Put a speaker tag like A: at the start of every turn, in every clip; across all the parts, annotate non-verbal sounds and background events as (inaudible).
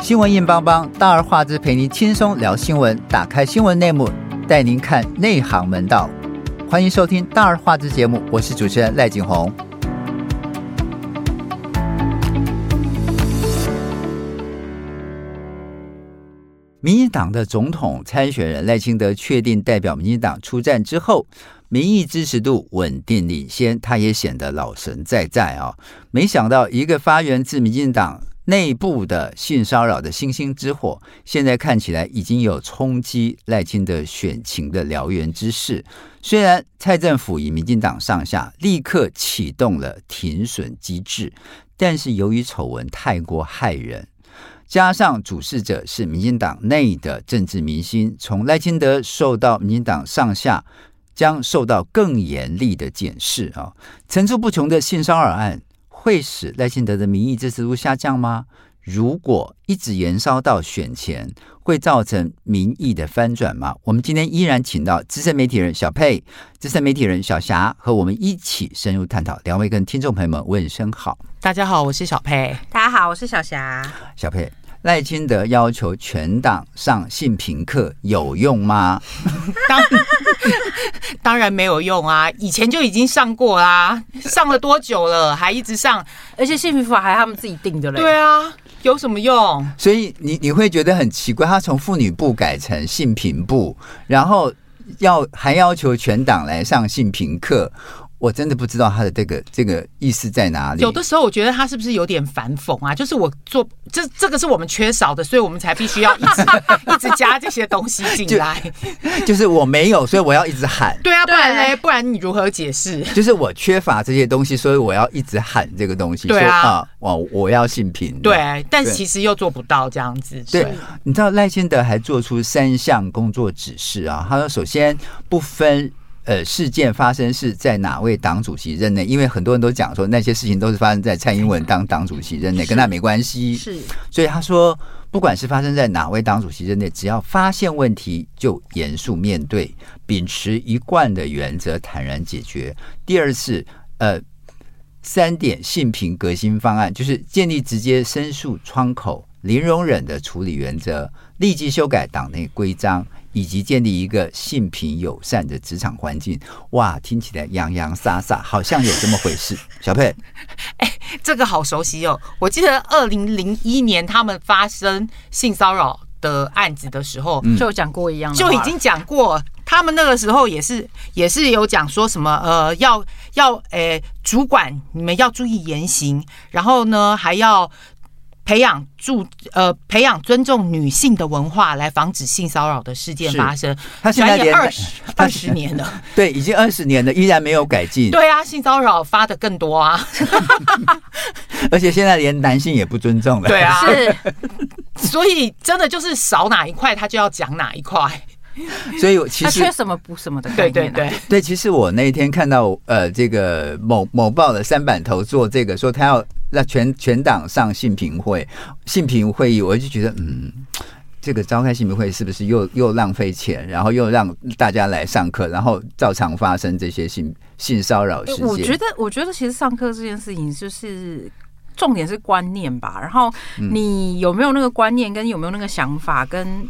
A: 新闻硬邦邦，大而化之陪您轻松聊新闻，打开新闻内幕，带您看内行门道。欢迎收听大而化之节目，我是主持人赖景红。民进党的总统参选人赖清德确定代表民进党出战之后，民意支持度稳定领先，他也显得老神在在啊、没想到一个发源自民进党内部的性骚扰的星星之火，现在看起来已经有冲击赖清德选情的燎原之势。虽然蔡政府与民进党上下立刻启动了停损机制，但是由于丑闻太过害人，加上主事者是民进党内的政治明星，从赖清德受到民进党上下将受到更严厉的检视啊、层出不穷的性骚扰案会使赖清德的民意支持度下降吗？如果一直延烧到选前，会造成民意的翻转吗？我们今天依然请到资深媒体人小佩、资深媒体人小霞和我们一起深入探讨。两位跟听众朋友们问声好。
B: 大家好，我是小佩。
C: 大家好，我是小霞。
A: 小佩，赖清德要求全党上性平课有用吗？
B: 当当然没有用啊，以前就已经上过啦，上了多久了，还一直上？
C: 而且幸福法还他们自己定的嘞。
B: 对啊，有什么用？
A: 所以你你会觉得很奇怪，他从妇女部改成性平部，然后要还要求全党来上性平课，我真的不知道他的这个这个意思在哪里。
B: 有的时候我觉得他是不是有点反讽啊？就是我做这这个是我们缺少的，所以我们才必须要一 (laughs) 直一直加这些东西进来。
A: 就是我没有，所以我要一直喊。
B: 对啊，不
C: 对
B: 然嘞，不然你如何解释？
A: 就是我缺乏这些东西，所以我要一直喊这个东西。
B: 对啊
A: 说我我要性平。
B: 对，啊但
A: 对
B: 其实又做不到这样子。
A: 对
B: 所以，
A: 你知道赖清德还做出三项工作指示啊，他说首先不分。呃，事件发生是在哪位党主席任内？因为很多人都讲说那些事情都是发生在蔡英文当党主席任内，跟他没关系。
C: 是
A: 所以他说，不管是发生在哪位党主席任内，只要发现问题就严肃面对，秉持一贯的原则坦然解决。第二是呃。三点性平革新方案就是建立直接申诉窗口、零容忍的处理原则，立即修改党内规章，以及建立一个性平友善的职场环境。哇，听起来洋洋洒洒，好像有这么回事。小佩，
B: 这个好熟悉哦！我记得二零零一年他们发生性骚扰的案子的时候，
A: 嗯
C: 就有讲过一样的话
B: 就
C: 了，
B: 已经讲过，他们那个时候也是也是有讲说什么呃，要要诶、主管你们要注意言行，然后呢还要培养注呃培养尊重女性的文化，来防止性骚扰的事件
A: 是
B: 发生。
A: 他现在
B: 也
A: 连
B: 二十二十年 (laughs) 了，
A: 对已经二十年了，依然没有改进。
B: 对啊，性骚扰发的更多啊，
A: 而且现在连男性也不尊重了。
B: 对，啊， (laughs)
C: 是
B: 所以真的就是少哪一块他就要讲哪一块，
A: (laughs) 所以我其
C: 他
A: 实
C: 缺什么补什么的概
B: 对
C: 念
B: 对
C: 啊。
B: 对，
A: 对，其实我那一天看到呃，这个某某报的三板头做这个，说他要让全全党上性平会，性平会议，我就觉得嗯。这个召开性平会是不是又又浪费钱，然后又让大家来上课，然后照常发生这些性性骚扰事
C: 欸
A: 件？
C: 我觉得，我觉得其实上课这件事情就是。重点是观念吧，然后
B: 嗯
C: 你有没有那个观念，跟有没有那个想法，跟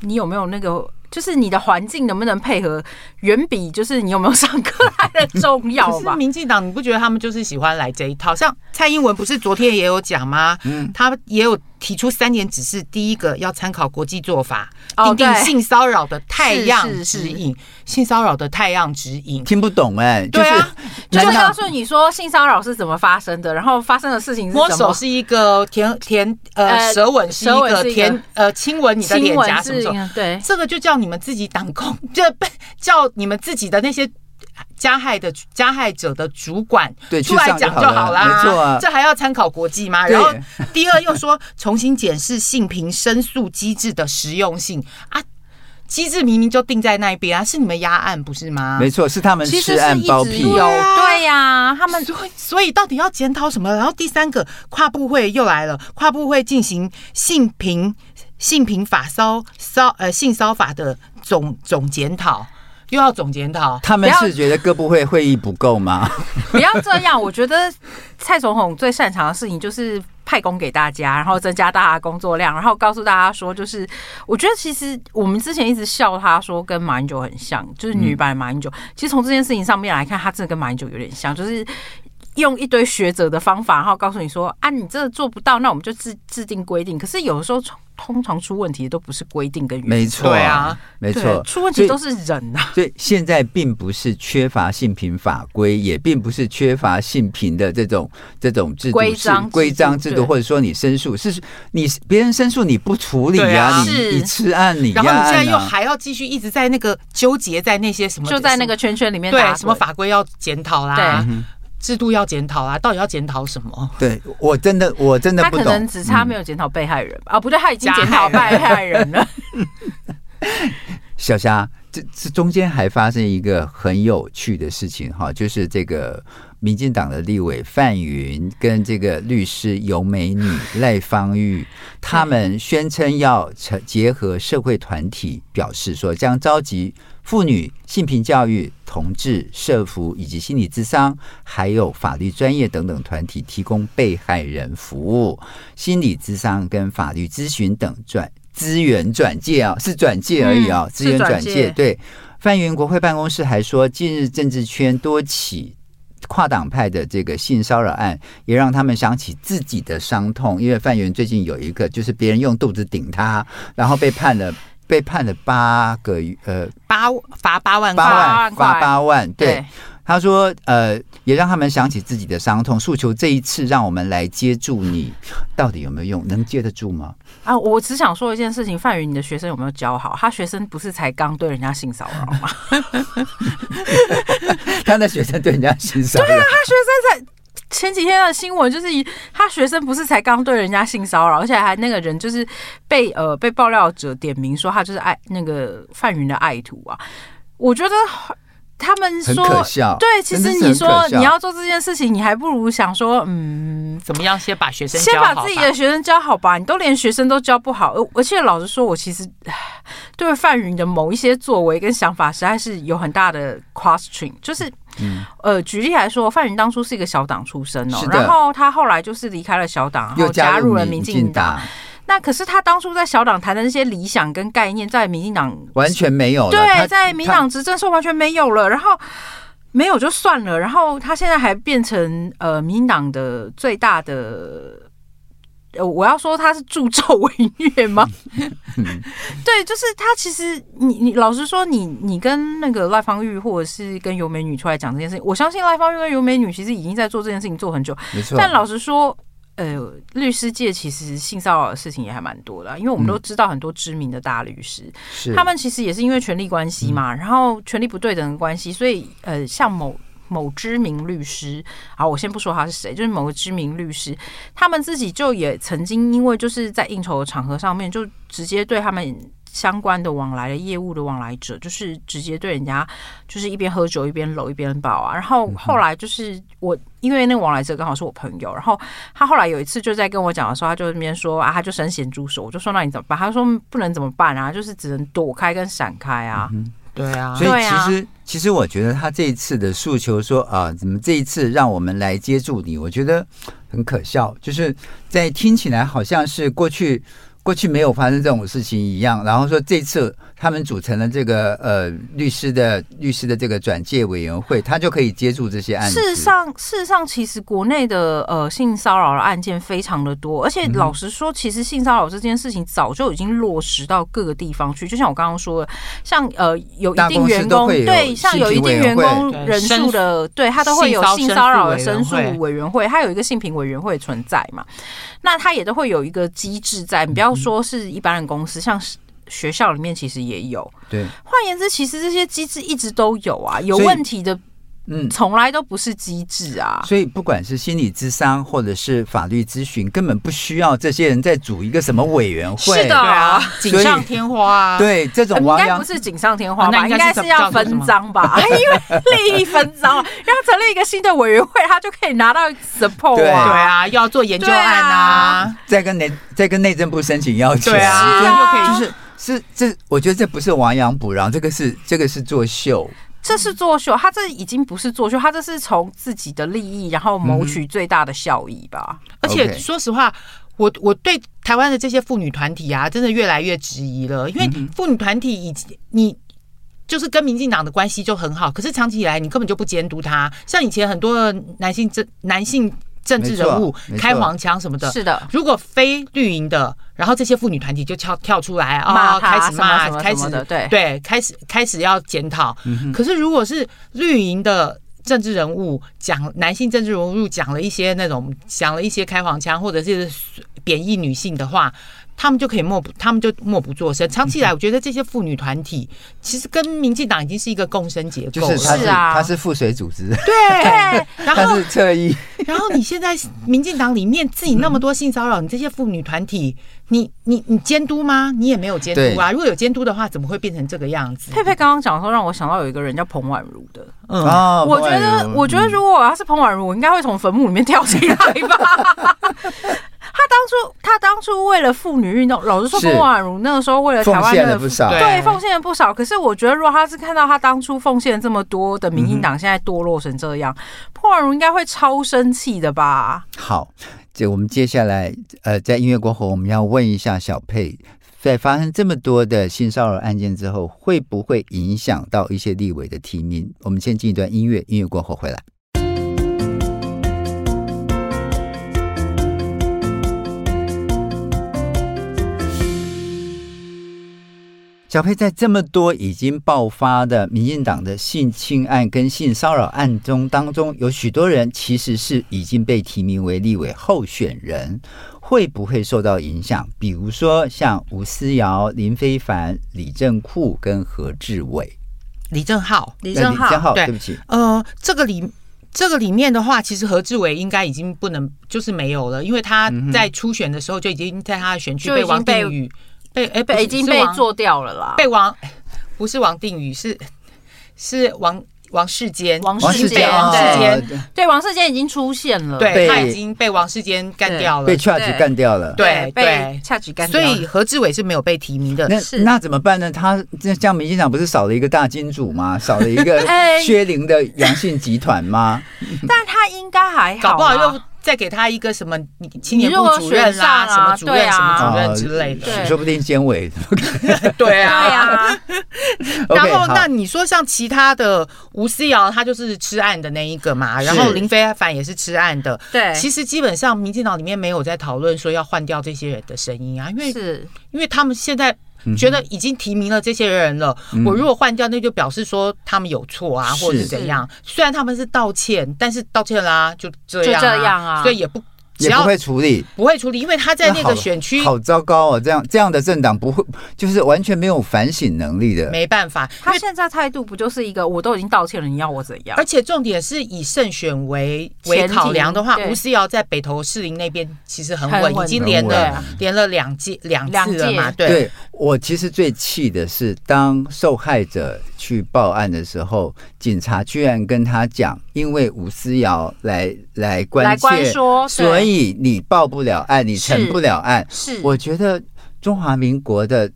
C: 你有没有那个，就是你的环境能不能配合，远比就是你有没有上课来的重要
B: 可是
C: (laughs) 吧。
B: 民进党，你不觉得他们就是喜欢来这一套？像蔡英文不是昨天也有讲吗？他也有提出三点指示，第一个要参考国际做法，
C: 哦
B: 定定
C: 对
B: 性骚扰的太阳
C: 是是
B: 指引，性骚扰的太阳指引。
A: 听不懂哎、就
B: 对
A: 是
B: 啊
A: (laughs)
C: 就
A: 难
C: 是
A: 道
C: 告诉你说性骚扰是怎么发生的，然后发生的事情是
B: 摸
C: 什
B: 手
C: 么，
B: 是一个舔舔呃
C: 呃
B: 舌吻是一
C: 舌吻
B: 个
C: 是一个
B: 舔呃亲吻你的
C: 新
B: 脸颊
C: 闻
B: 什么
C: 是
B: 什么，
C: 对
B: 这个就叫你们自己党工， (laughs) 就叫你们自己的那些加害的加害者的主管
A: 对
B: 出来
A: 去上就
B: 讲
A: 好
B: 就
A: 了
B: 好啦，
A: 没错啊
B: 这还要参考国际吗？
A: 对
B: 然后第二又说重新检视性平申诉机制的实用性啊，机制明明就定在那一边啊，是你们压案不是吗？
A: 没错，是他们
C: 其
A: 吃
C: 实是
A: 案
C: 一
A: 包
C: 直
A: 庇，
C: 有，对呀、他们
B: 啊所以，所以到底要检讨什么？然后第三个跨部会又来了，跨部会进行性平性平法骚骚呃性骚法的总总检讨，又要总检讨。
A: 他们
C: 不要
A: 是觉得各部会会议不够吗？ (laughs)
C: 不要这样，我觉得蔡总统最擅长的事情就是派工给大家，然后增加大家工作量，然后告诉大家说，就是我觉得其实我们之前一直笑他说跟马英九很像，就是女
A: 嗯
C: 版马英九。其实从这件事情上面来看，他真的跟马英九有点像，就是。用一堆学者的方法，然后告诉你说啊，你这做不到，那我们就制制定规定。可是有的时候通通常出问题的都不是规定跟原因，
A: 没错，
B: 对啊，
A: 没
C: 对
A: 错，
C: 出问
A: 所
C: 题
A: 以
C: 都是人啊呐、
A: 所以现在并不是缺乏性平法规，也并不是缺乏性平的这种这种制度
C: 规
A: 是
C: 章制度
A: 规章制
C: 对
A: 度，或者说你申诉是你别人申诉你不处理
B: 对
A: 呀、
B: 啊
A: 你
C: 是
A: 你吃案你压
B: 然后你现在
A: 案
B: 又
A: 啊，
B: 还要继续一直在那个纠结在那些什么，
C: 就在那个圈圈里面打
B: 对什么法规要检讨啦
A: 嗯
C: 对，
B: 制度要检讨啦，到底要检讨什么？
A: 对我真的我真的
C: 他
A: 不
C: 可能
A: 懂，嗯
C: 只差没有检讨被害人吧、啊，不对，他已经检
B: 加
C: 讨被
B: 害
C: 害人了。
A: 小霞，这这中间还发生一个很有趣的事情哈，就是这个民进党的立委范云跟这个律师尤美女赖芳玉，他们宣称要成结合社会团体，表示说将召集妇女、性平教育、同志、社服以及心理咨商，还有法律专业等等团体，提供被害人服务、心理咨商跟法律咨询等转资源转介啊，是转介而已啊，
C: 嗯
A: 资源转
C: 是转
A: 介
C: 介
A: 对。范云国会办公室还说，近日政治圈多起跨党派的这个性骚扰案，也让他们想起自己的伤痛。因为范云最近有一个，就是别人用肚子顶他，然后被判了被判了八个月呃
B: 八罚八万
A: 八
B: 块，
A: 万
C: 万块
A: 罚八万， (laughs) 对。他说：“呃，也让他们想起自己的伤痛，诉求这一次让我们来接住你，到底有没有用？能接得住
C: (laughs)
A: 吗？
C: 啊，我只想说一件事情，范宇，你的学生有没有教好？他学生不是才刚对人家性骚扰吗？ (laughs)
A: 他的学生对人家欣赏，
C: 啊前几天的新闻就是以，他学生不是才刚对人家性骚扰，而且还那个人就是被呃被爆料者点名说他就是爱那个范云的爱徒啊。我觉得他们
A: 很
C: 说
A: 可笑。
C: 对，其实
A: 真的是
C: 你
A: 很
C: 说
A: 可笑
C: 你要做这件事情，你还不如想说，嗯，
B: 怎么样先把学生
C: 先
B: 教
C: 把
B: 好吧
C: 自己的学生教好吧。你都连学生都教不好，而而且老实说，我其实唉对范云的某一些作为跟想法，实在是有很大的 question，就是。呃，举例来说，范云当初是一个小党出身哦
A: 是，的
C: 然后他后来就是离开了小党，然
A: 又
C: 后哦加入了
A: 民
C: 民进党。
A: 党，
C: 那可是他当初在小党谈的那些理想跟概念，在民进党
A: 完全没有了。哦他
C: 对，在民党执政时候完全没有了，然后没有就算了，然后他现在还变成呃民进党的最大的。呃，我要说他是助纣为
A: (laughs)
C: 虐吗？对，就是他。其实你你老实说你，你跟那个赖芳玉或者是跟尤美女出来讲这件事情，我相信赖芳玉跟尤美女其实已经在做这件事情做很久，
A: 他没错，
C: 但老实说，呃，律师界其实性骚扰的事情也还蛮多的啊，因为我
A: 嗯
C: 们都知道很多知名的大律师，
A: 是
C: 他们其实也是因为权力关系嘛，然后权力不对等的关系，所以呃，像某某知名律师啊，我先不说他是谁，就是某个知名律师，他们自己就也曾经因为就是在应酬的场合上面，就直接对他们。相关的往来的业务的往来者，就是直接对人家，就是一边喝酒一边搂一边抱啊。然后后来就是我，因为那个往来者刚好是我朋友，然后他后来有一次就在跟我讲的时候，他就在那边说啊，他就伸咸猪手，我就说那你怎么办？他说嗯不能怎么办啊，就是只能躲开跟闪开啊。
B: 对啊
A: 所，以
C: 对
A: 其
C: 啊
A: 实、其实我觉得他这一次的诉求说啊，怎么这一次让我们来接住你，我觉得很可笑，就是在听起来好像是过去。过去没有发生这种事情一样，然后说这次他们组成了这个呃律师的律师的这个转介委员会，他就可以接住这些案子。
C: 事实上，事实上，其实国内的呃性骚扰的案件非常的多，而且
A: 嗯
C: 老实说，其实性骚扰这件事情早就已经落实到各个地方去。就像我刚刚说的，像呃有一
A: 大
C: 定
A: 公司
C: 员
A: 都
C: 工
A: 会有
C: 对，像有一定员工
B: 性平委员会
C: 人数的，对他都会有
B: 性
C: 性
B: 骚
C: 骚
B: 扰
C: 扰的申诉
B: 申诉
C: 委员会，他有一个性平委员会存在嘛，那他也都会有一个机制在。你不要说是一般的公司，像是学校里面其实也有。
A: 对，
C: 换言之，其实这些机制一直都有啊，有
A: 所以
C: 问题的
A: 嗯，
C: 从来都不是机制啊。
A: 所以不管是心理咨商或者是法律咨询，根本不需要这些人再组一个什么委员会。
C: 是的
B: 对啊，
A: 所以
B: 锦上添花啊，
A: 对这
C: 呃
A: 种
C: 应
A: 汪
C: 该
A: 洋
C: 不是锦上添
B: 啊
C: 花吧？
B: 那应
C: 应
B: 该
C: 该
B: 是
C: 是要分赃
B: (laughs)
C: 吧？因为利益分赃，然后成立一个新的委员会，他就可以拿到 support
B: 对
C: 啊。
B: 啊，又要做研究案啊，
A: 再跟内再跟内政部申请要求，
B: 对啊，
C: 是
B: 这
C: 啊
B: 样就
A: 就
B: 可以
A: 是是这，我觉得这不是亡羊补牢，这个是这个是作秀，
C: 这是作秀，他这已经不是作秀，他这是从自己的利益，然后谋取最大的效益吧。
B: 而且
A: OK
B: 说实话，我我对台湾的这些妇女团体啊，真的越来越质疑了，
A: 嗯
B: 因为妇女团体以及你。就是跟民进党的关系就很好，可是长期以来你根本就不监督他。像以前很多的男性政男性政治人物
A: 没错没错
B: 开黄腔什么的，
C: 是的，
B: 如果非绿营的，然后这些妇女团体就跳跳出来啊、
C: 骂他
B: 开始骂
C: 什么，什么
B: 开
C: 什
B: 始
C: 么的对
B: 对，开始开始要检讨。
A: 嗯
B: 可是如果是绿营的政治人物讲男性政治人物讲了一些那种讲了一些开黄腔或者是贬义女性的话。他们就可以默不，他们就默不作声。长期以来，我觉得这些妇女团体其实跟民进党已经是一个共生结
A: 就
B: 构了。
A: 是他
C: 是啊
A: 他是附水组织，
B: 嗯对，然后
A: 他是侧翼，
B: 然后你现在民进党里面自己那么多性骚扰，你这些妇女团体，你你你监督吗？你也没有监督啊。如果有监督的话，怎么会变成这个样子？
C: 佩佩刚刚讲说，让我想到有一个人叫彭婉如的。
B: 嗯，
A: 哦，嗯
C: 我
A: 不
C: 觉
A: 然
C: 得，我觉得如果我要是彭婉如，我应该会从坟墓里面跳起来
A: (laughs)
C: 吧。他当初，他当初为了妇女运动，老实说，
A: 是
C: 彭婉如那个时候为了台
A: 嗯奉
C: 湾
A: 献
C: 的
A: 了不少，
B: 对
C: 对，奉献了不少。可是我觉得，如果他是看到他当初奉献这么多的
A: 嗯
C: 民进党，现在堕落成这样，破尔如应该会超生气的吧？
A: 好，这我们接下来呃，在音乐过后，我们要问一下小佩，在发生这么多的性骚扰案件之后，会不会影响到一些立委的提名？我们先进一段音乐，音乐过后回来。小佩在这么多已经爆发的民进党的性侵案跟性骚扰案中当中，有许多人其实是已经被提名为立委候选人，会不会受到影响？比如说像吴思瑶、林非凡、李正库跟何志伟，
B: 李正浩，
C: 李
A: 呃李正浩，
B: 对
A: 对不起，
B: 呃，这个里这个里面的话，其实何志伟应该已经不能就是没有了，因为他在初选的时候就已经在他的选区
C: 就已
B: 被
C: 经
B: 王
C: 被
B: 定宇被哎不
C: 被
B: 是
C: 已经
B: 是
C: 被
B: 王
C: 做掉了啦。
B: 被王不是王定宇是是王王世坚
C: 王
A: 王
C: 世
A: 世坚
B: 被
C: 坚，
B: 王世
C: 对
B: 坚
A: 哦
C: 对，王世坚已经出现了，
A: 被
B: 对他已经被王世坚干
C: 对
B: 掉了
A: 被，charge
C: 对
A: 干掉了。
B: 对
C: 被
B: 对
C: 恰吉干掉
B: 所
C: 了，
B: 以何志伟是没有被提名的。
A: 那
C: 是
A: 那怎么办呢？他这这样，民进党不是少了一个大金主吗？少了一
C: (laughs) 哎
A: 个薛凌的阳性集团吗？
C: 但他应该还好啊，
B: 搞不好又再给他一个什么青年
C: 你如
B: 部
C: 果
B: 主任啦、
C: 选上啊
B: 什么主任、
C: 对啊
B: 什么主任之类的。
C: 对啊
A: 说不定监委。 (laughs)
B: 对
C: 对啊，
B: 然后
A: OK，好
B: 那你说像其他的吴思瑶，他就是吃案的那一个嘛，
A: 是
B: 然后林非凡也是吃案的。
C: 对，
B: 其实基本上民进党里面没有在讨论说要换掉这些人的声音啊，因为
C: (laughs) 是
B: 因为他们现在觉得已经提名了这些人了，我如果换掉，那就表示说他们有错啊，
A: 嗯是
B: 或者是怎样。虽然他们是道歉，但是道歉啦、就这样、
C: 就这样啊
B: 所以也不只
A: 也不
B: 要
A: 会处理。
B: 不会处理，因为他在那
A: 好
B: 个选区
A: 好糟糕哦，这样这样的政党不会，就是完全没有反省能力的。
B: 没办法，因
C: 他
B: 为
C: 现在态度不就是一个我都已经道歉了，你要我怎样
A: 哎
B: 而？且重点是以胜选为为
C: 前提
B: 考量的话，
C: 对
B: 吴思瑶在北投士林那边其实很
C: 很
B: 稳，
C: 稳
B: 已经连
A: 很
B: 了
A: 稳
B: 连了两届两次了嘛，
C: 两届
B: 对。
A: 我其实最气的是，当受害者去报案的时候，警察居然跟他讲，因为吴思瑶来来关
C: 来关
A: 切，
C: 说对
A: 所以你报不了案，你
C: 是
A: 成不了案。
C: 是
A: 我觉得中华民国的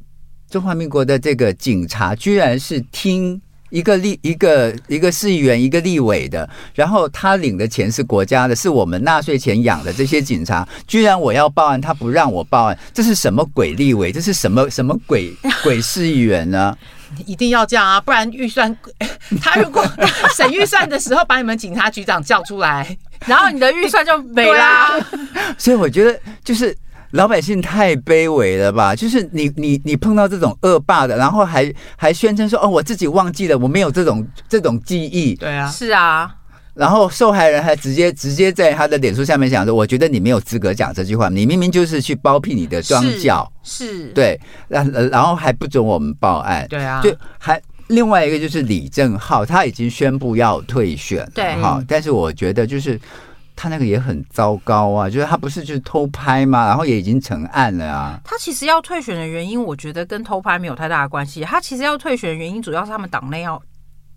A: 中华民国的这个警察，居然是听一个立一个一个市议员一个立委的，然后他领的钱是国家的，是我们纳税钱养的这些警察，居然我要报案，他不让我报案，这是什么鬼立委？这是什么什么鬼鬼市议员呢？
B: 一定要这样啊，不然预算 (laughs) 他如
C: (laughs)
B: 果审预算的时候把你们警察局长叫出来，
C: 然后你的预算就没
B: 对
C: 啦
B: 啊。
A: 所以我觉得就是。老百姓太卑微了吧！就是你你你碰到这种恶霸的，然后还还宣称说哦我自己忘记了，我没有这种这种记忆，
B: 对啊，
C: 是啊，
A: 然后受害人还直接直接在他的脸书下面讲说：“我觉得你没有资格讲这句话，你明明就是去包庇你的庄啊脚。
C: 是”，
A: 对，然然后还不准我们报案。
B: 对啊，
A: 就还另外一个就是李正浩，他已经宣布要退选了
C: 对
A: 哈
B: 嗯，
A: 但是我觉得就是。他那个也很糟糕啊，就是他不是就是偷拍吗？然后也已经成案了啊。
C: 他其实要退选的原因，我觉得跟偷拍没有太大的关系。他其实要退选的原因，主要是他们党内要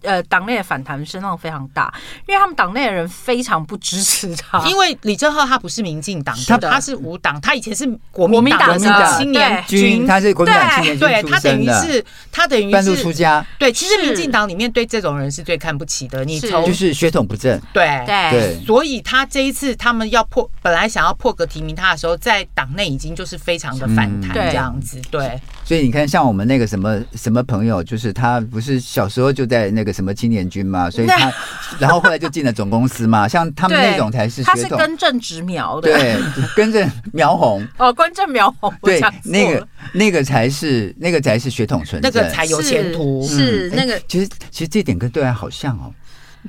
C: 呃党内的反弹声浪非常大，因为他们党内的人非常不支持他。 (laughs)
B: 因为李正浩他不是民进党的，
C: 是的
B: 他是无党，他以前是国
C: 国
B: 民
C: 民
B: 党
C: 党
B: 的
A: 的
B: 青年
A: 军，他是国民党青年
B: 对
A: 军
B: 他
A: 出
B: 等
A: 身
B: 于
A: 的，
B: 是他等于
A: 半路出
B: 是
A: 家，
B: 对，其实
C: 是
B: 民进党里面对这种人是最看不起的。你
C: 是
B: 从
A: 就是血统不正，
B: 对
A: 对
B: 所以他这一次他们要破，本来想要破格提名他的时候，在党内已经就是非常的反弹
A: 嗯
C: 对
B: 这样子，对
A: 所以你看，像我们那个什么什么朋友，就是他不是小时候就在那个什么青年军
C: (laughs)
A: 嘛，所以他，然后后来就进了总公司嘛，像他们
C: 对
A: 那种才是
C: 他
A: 血
C: 是
A: 统，
C: 根正直苗的，
A: 对，跟着苗红，
C: 哦，关正苗红， (laughs) 我
A: 对
C: 讲，错
A: 那
C: 了
A: 个那个才是那个才是血统纯
B: 那
A: 正，
B: 个才有前途。
C: 是是
A: 哎
C: 那个
A: 其实其实这点跟对岸好像哦，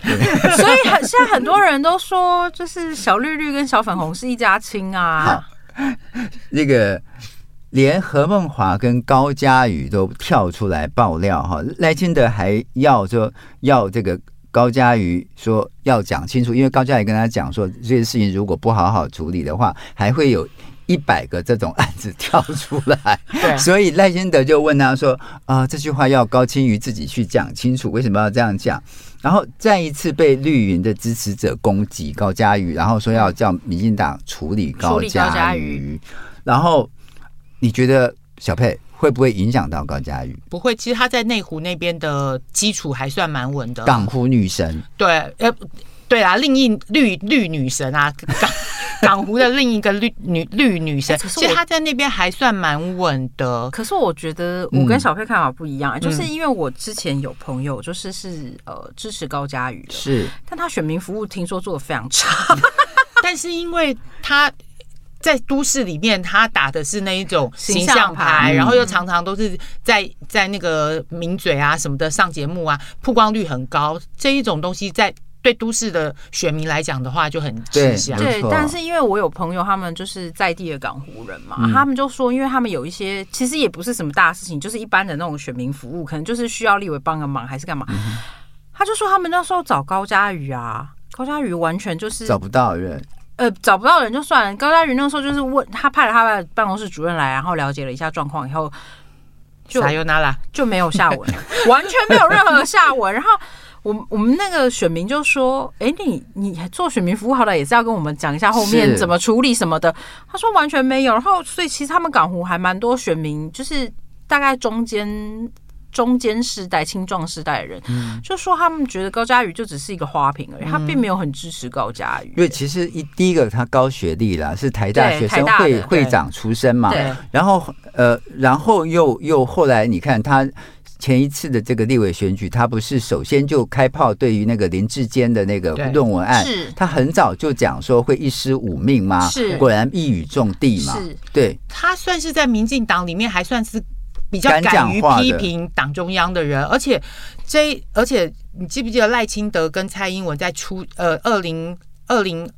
C: (laughs) 所以很现在很多人都说，就是小绿绿跟小粉红是一家亲啊。
A: 那个连何梦华跟高佳宇都跳出来爆料哈，赖清德还要说要这个高佳宇说要讲清楚，因为高佳宇跟他讲说这些事情如果不好好处理的话，还会有。一百个这种案子 (laughs) 跳出来，
C: 啊
B: 对
A: 所以赖清德就问他说：“啊、这句话要高清瑜自己去讲清楚，为什么要这样讲？”然后再一次被绿营的支持者攻击高嘉瑜，然后说要叫民进党处理高
C: 处理高
A: 嘉
C: 嘉
A: 瑜
C: 瑜。
A: 然后你觉得小佩会不会影响到高嘉瑜？
B: 不会，其实他在内湖那边的基础还算蛮稳
C: 嗯
B: 的。
A: 港湖女神
B: 对，呃，对啊，另一绿绿女神啊，港港湖的另一个绿女绿女神，
C: (laughs) 哎可是
B: 其实
C: 我
B: 她在那边还算蛮稳的。
C: 可是我觉得我跟小佩看法不一
A: 嗯
C: 样，欸就是因为我之前有朋友就是是呃支持高嘉瑜的，
A: 是
C: 但他选民服务听说做的非常差， (laughs)
B: 但是因为他在都市里面，他打的是那一种
C: 形
B: 形
C: 象
B: 象牌，
C: 牌嗯
B: 然后又常常都是在在那个名嘴啊什么的上节目啊，曝光率很高，这一种东西在对都市的选民来讲的话就很吃香。
A: 没
C: 对
A: 错，
C: 但是因为我有朋友，他们就是在地的港湖人嘛，
A: 嗯
C: 他们就说，因为他们有一些其实也不是什么大事情，就是一般的那种选民服务，可能就是需要立委帮个忙还是干嘛。
A: 嗯
C: 他就说他们那时候找高嘉瑜啊，高嘉瑜完全就是
A: 找不到人，
C: 呃找不到人就算了，高嘉瑜那时候就是问他派了他的办公室主任来，然后了解了一下状况以后，就
B: 撒尤那拉，
C: 就没有
A: (laughs)
C: 下文，完全没有任何的下文。然后我我们那个选民就说：“哎、你你做选民服务好歹也是要跟我们讲一下后面
A: 是
C: 怎么处理什么的。”他说完全没有。然后所以其实他们港湖还蛮多选民，就是大概中间。中间世代、青壮世代的人、
A: 嗯
C: 就说他们觉得高嘉瑜就只是一个花瓶而已，他并没有很支持高嘉瑜、
A: 因为其实一第一个他高学历啦，是台大
C: 对
A: 学生
C: 台大的
A: 会
C: 对
A: 会长出身嘛，
C: 对
A: 然后呃，然后又又后来你看他。前一次的这个立委选举，他不是首先就开炮对于那个林志坚的那个
B: 对
A: 论文案
C: 是，
A: 他很早就讲说会一尸五命吗？
C: 是
A: 果然一语中的嘛
C: 是。
A: 对，
B: 他算是在民进党里面还算是比较
A: 敢
B: 敢
A: 讲
B: 于
A: 话的
B: 批评党中央的人，而且这而且你记不记得赖清德跟蔡英文在初呃二零二零。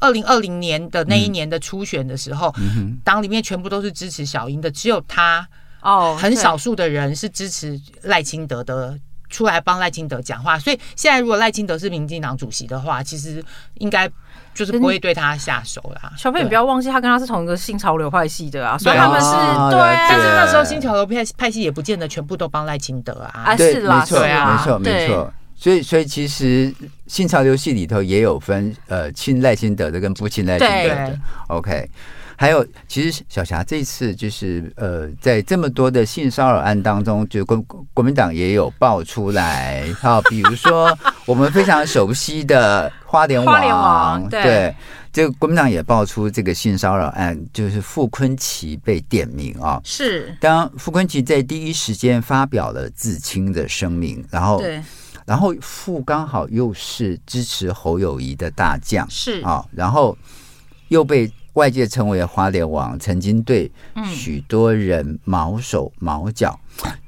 B: 二零二零年的那一年的初选的时候，
A: 嗯
B: 党、里面全部都是支持小英的，只有他
C: 哦，
B: 很
C: 对
B: 少数的人是支持赖清德的，出来帮赖清德讲话。所以现在如果赖清德是民进党主席的话，其实应该就是不会对他下手啦。
C: 小佩，你
B: 对
C: 不要忘记他跟他是同一个新潮流派系的啊，所以
B: 对
C: 他们是
A: 啊
C: 对
A: 了解
C: 啊，
B: 但是那时候新潮流派派系也不见得全部都帮赖清德啊
C: 啊。
A: 对，
C: 是啦
A: 没错，
B: 对啊
A: 没错，没
C: 对
A: 错。所以，所以其实新潮流系里头也有分，呃，亲赖清德的跟不亲赖清德的
B: 对。
A: OK，还有，其实小霞这次就是呃，在这么多的性骚扰案当中，就国国民党也有爆出来，好、比如
C: (laughs)
A: 说我们非常熟悉的花莲王，
C: 花莲王对
A: 对，这个国民党也爆出这个性骚扰案，就是傅昆奇被点名啊、
C: 是，
A: 当傅昆奇在第一时间发表了自清的声明，然后，
C: 对
A: 然后傅刚好又是支持侯友谊的大将
C: 是
A: 啊、然后又被外界称为花莲王，曾经对
C: 嗯
A: 许多人毛手毛脚。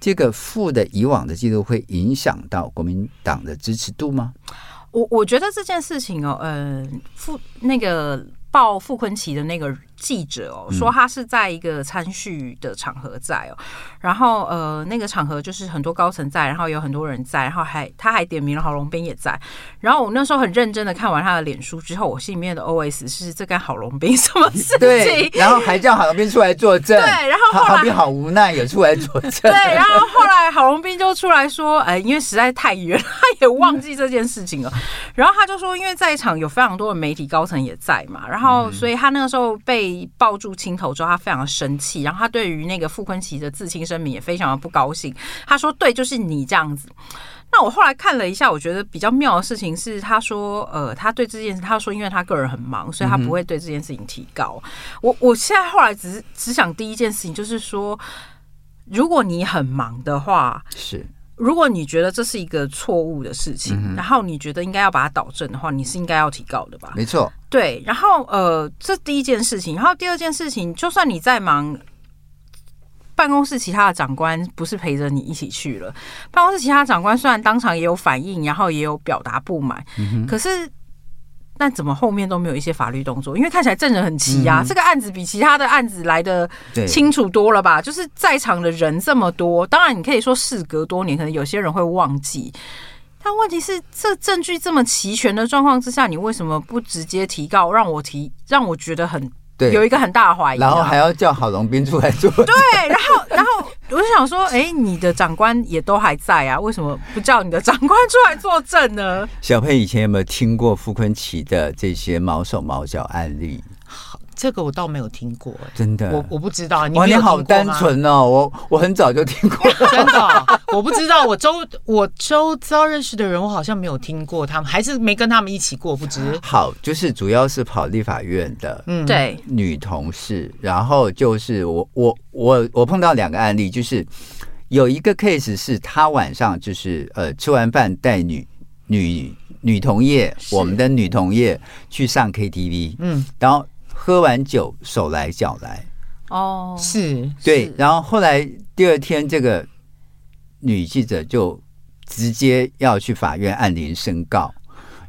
A: 这个傅的以往的记录会影响到国民党的支持度吗？
C: (laughs) 我我觉得这件事情哦，呃，傅那个报傅昆奇的那个记者哦，说他是在一个参叙的场合在哦，然后呃那个场合就是很多高层在，然后有很多人在，然后还他还点名了郝龙斌也在，然后我那时候很认真的看完他的脸书之后，我心里面的 OS 是这干郝龙斌什么事
A: 对 (laughs)
C: 情，？
A: 然后还叫郝龙斌出来作证，
C: 对然后后来 (laughs)
A: 郝龙斌好无奈也出来作证，
C: 对，然后后来郝龙斌就出来说，哎，因为实在太远，他也忘记这件事情了。然后他就说，因为在场有非常多的媒体高层也在嘛，然后所以他那个时候被抱住亲头之后，他非常的生气，然后他对于那个傅昆奇的自清声明也非常的不高兴。他说，对，就是你这样子。那我后来看了一下，我觉得比较妙的事情是，他说，呃，他对这件事，他说因为他个人很忙，所以他不会对这件事情提高。我我现在后来只是只想第一件事情就是说，如果你很忙的话，
A: 是
C: 如果你觉得这是一个错误的事情，然后你觉得应该要把它导正的话，你是应该要提高的吧？
A: 没错，
C: 对，然后呃，这第一件事情，然后第二件事情，就算你再忙。办公室其他的长官不是陪着你一起去了。办公室其他长官虽然当场也有反应，然后也有表达不满，可是那怎么后面都没有一些法律动作？因为看起来证人很齐啊，这个案子比其他的案子来的
A: 对，
C: 清楚多了吧？就是在场的人这么多，当然你可以说事隔多年，可能有些人会忘记。但问题是，这证据这么齐全的状况之下，你为什么不直接提告，让我提，让我觉得很
A: 对，
C: 有一个很
B: 哎
C: 大的怀疑啊、
A: 然后还要叫郝龙斌出来作证，
C: 对，然后然后我就想说，哎、你的长官也都还在啊，为什么不叫你的长官出来作证呢？
A: (laughs) 小佩以前有没有听过傅昆奇的这些毛手毛脚案例？
B: 这个我倒没有听过、哎
A: 真的，
B: 我我不知道，你
A: 哇，
B: 没
A: 你
B: 有
A: 好
B: 听过
A: 单
B: 吗？
A: 纯哦，我我很早就听过 (laughs) 了
B: (laughs) 真的哦、我不知道。我周我周遭认识的人，我好像没有听过他们，还是没跟他们一起过，
A: (laughs)
B: 不知。
A: 好，就是主要是跑立法院的
B: 嗯，，
C: 对，
A: 女同事，然后就是我我我我碰到两个案例，就是有一个 case 是她晚上就是呃吃完饭带女女女同业，
C: 是
A: 我们的女同业去上 KTV，
B: 嗯，
A: 然后喝完酒手来脚来，(laughs)
C: 哦，
B: 是
A: 对
C: 是，
A: 然后后来第二天这个女记者就直接要去法院按铃申告，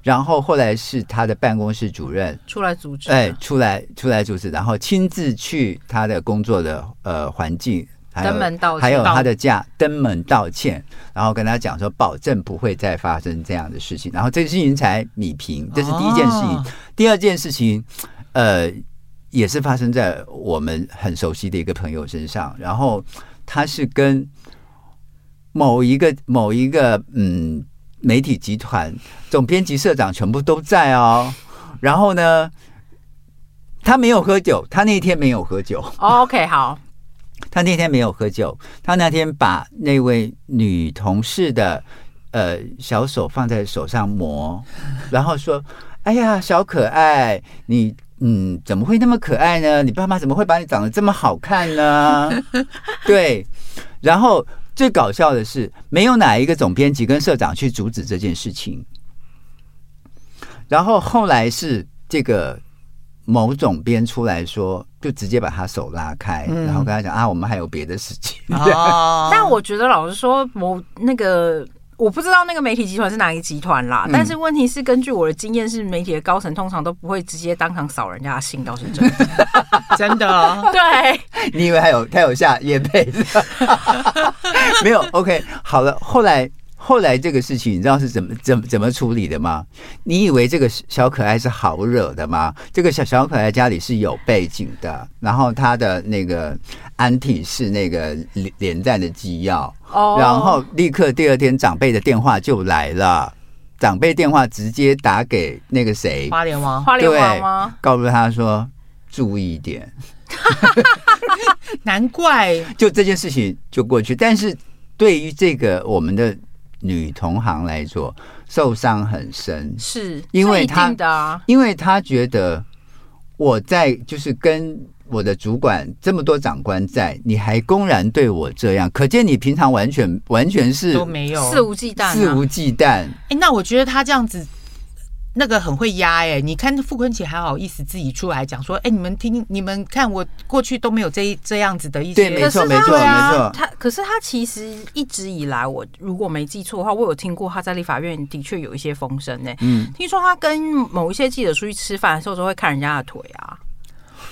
A: 然后后来是她的办公室主任
C: 出来阻止啊，
A: 哎，出来出来主持，然后亲自去他的工作的呃环境，还有
C: 登门道歉
A: 还有他的家登门道歉，然后跟他讲说保证不会再发生这样的事情，然后这个事情才米平，这是第一件事情。
B: 哦
A: 第二件事情，呃，也是发生在我们很熟悉的一个朋友身上，然后他是跟某一个某一个嗯媒体集团总编辑、社长全部都在哦，然后呢。他没有喝酒，他那天没有喝酒，
C: 哦，OK，好，
A: 他那天没有喝酒，他那天把那位女同事的呃小手放在手上磨，然后说：“哎呀，小可爱，你嗯怎么会那么可爱呢？你爸妈怎么会把你长得这么好看呢？” (laughs) 对，然后最搞笑的是，没有哪一个总编辑跟社长去阻止这件事情。然后后来是这个某总编出来说，就直接把他手拉开，
B: 嗯
A: 然后跟他讲啊，我们还有别的事情。
B: 哦
C: 但我觉得老实说，某那个我不知道那个媒体集团是哪一个集团啦，
A: 嗯
C: 但是问题是，根据我的经验是，媒体的高层通常都不会直接当场扫人家的信，倒是真的。
B: 真的哦
C: 对，
A: (laughs) 你以为还有他有下叶配？ (laughs) 没有，OK，好了。后来后来这个事情，你知道是怎么怎么怎么处理的吗？你以为这个小可爱是好惹的吗？这个小小可爱家里是有背景的，然后他的那个安体是那个连连战的机要，
C: 哦
A: 然后立刻第二天长辈的电话就来了，长辈电话直接打给那个谁，
B: 花莲王
C: 花莲
A: 对
C: 王吗？
A: 告诉他说注意一点。
B: 难怪
A: 就这件事情就过去。但是对于这个我们的女同行来说，受伤很深，
C: 是，
A: 因为
C: 这一
A: 他
C: 定的啊，
A: 因为她觉得我在就是跟我的主管这么多长官在，你还公然对我这样，可见你平常完全完全是
B: 都没有。
C: 肆无忌惮、啊，
A: 肆无忌惮。
B: 哎，那我觉得他这样子。那个很会压哎、你看傅昆奇还好意思自己出来讲说，哎、你们听，你们看我过去都没有这一这样子的一些，
A: 对
C: 可是他
A: 没错没错
C: 对啊
A: 没错
C: 他可是他其实一直以来，我如果没记错的话，我有听过他在立法院的确有一些风声呢、
A: 嗯，
C: 听说他跟某一些记者出去吃饭的时候，都会看人家的腿啊。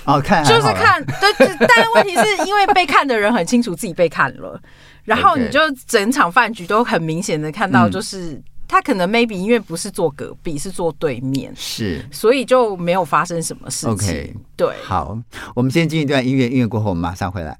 A: 哦，看
C: 就是
A: 还好啦
C: 看，对，就但是问题是因为被看的人很清楚自己被看了，然后
A: OK
C: 你就整场饭局都很明显的看到，
A: 嗯
C: 就是、他可能 maybe 因为不是坐隔壁，是坐对面，
A: 是
C: 所以就没有发生什么事情。
A: OK
C: 对，
A: 好。我们先进一段音乐，音乐过后我们马上回来。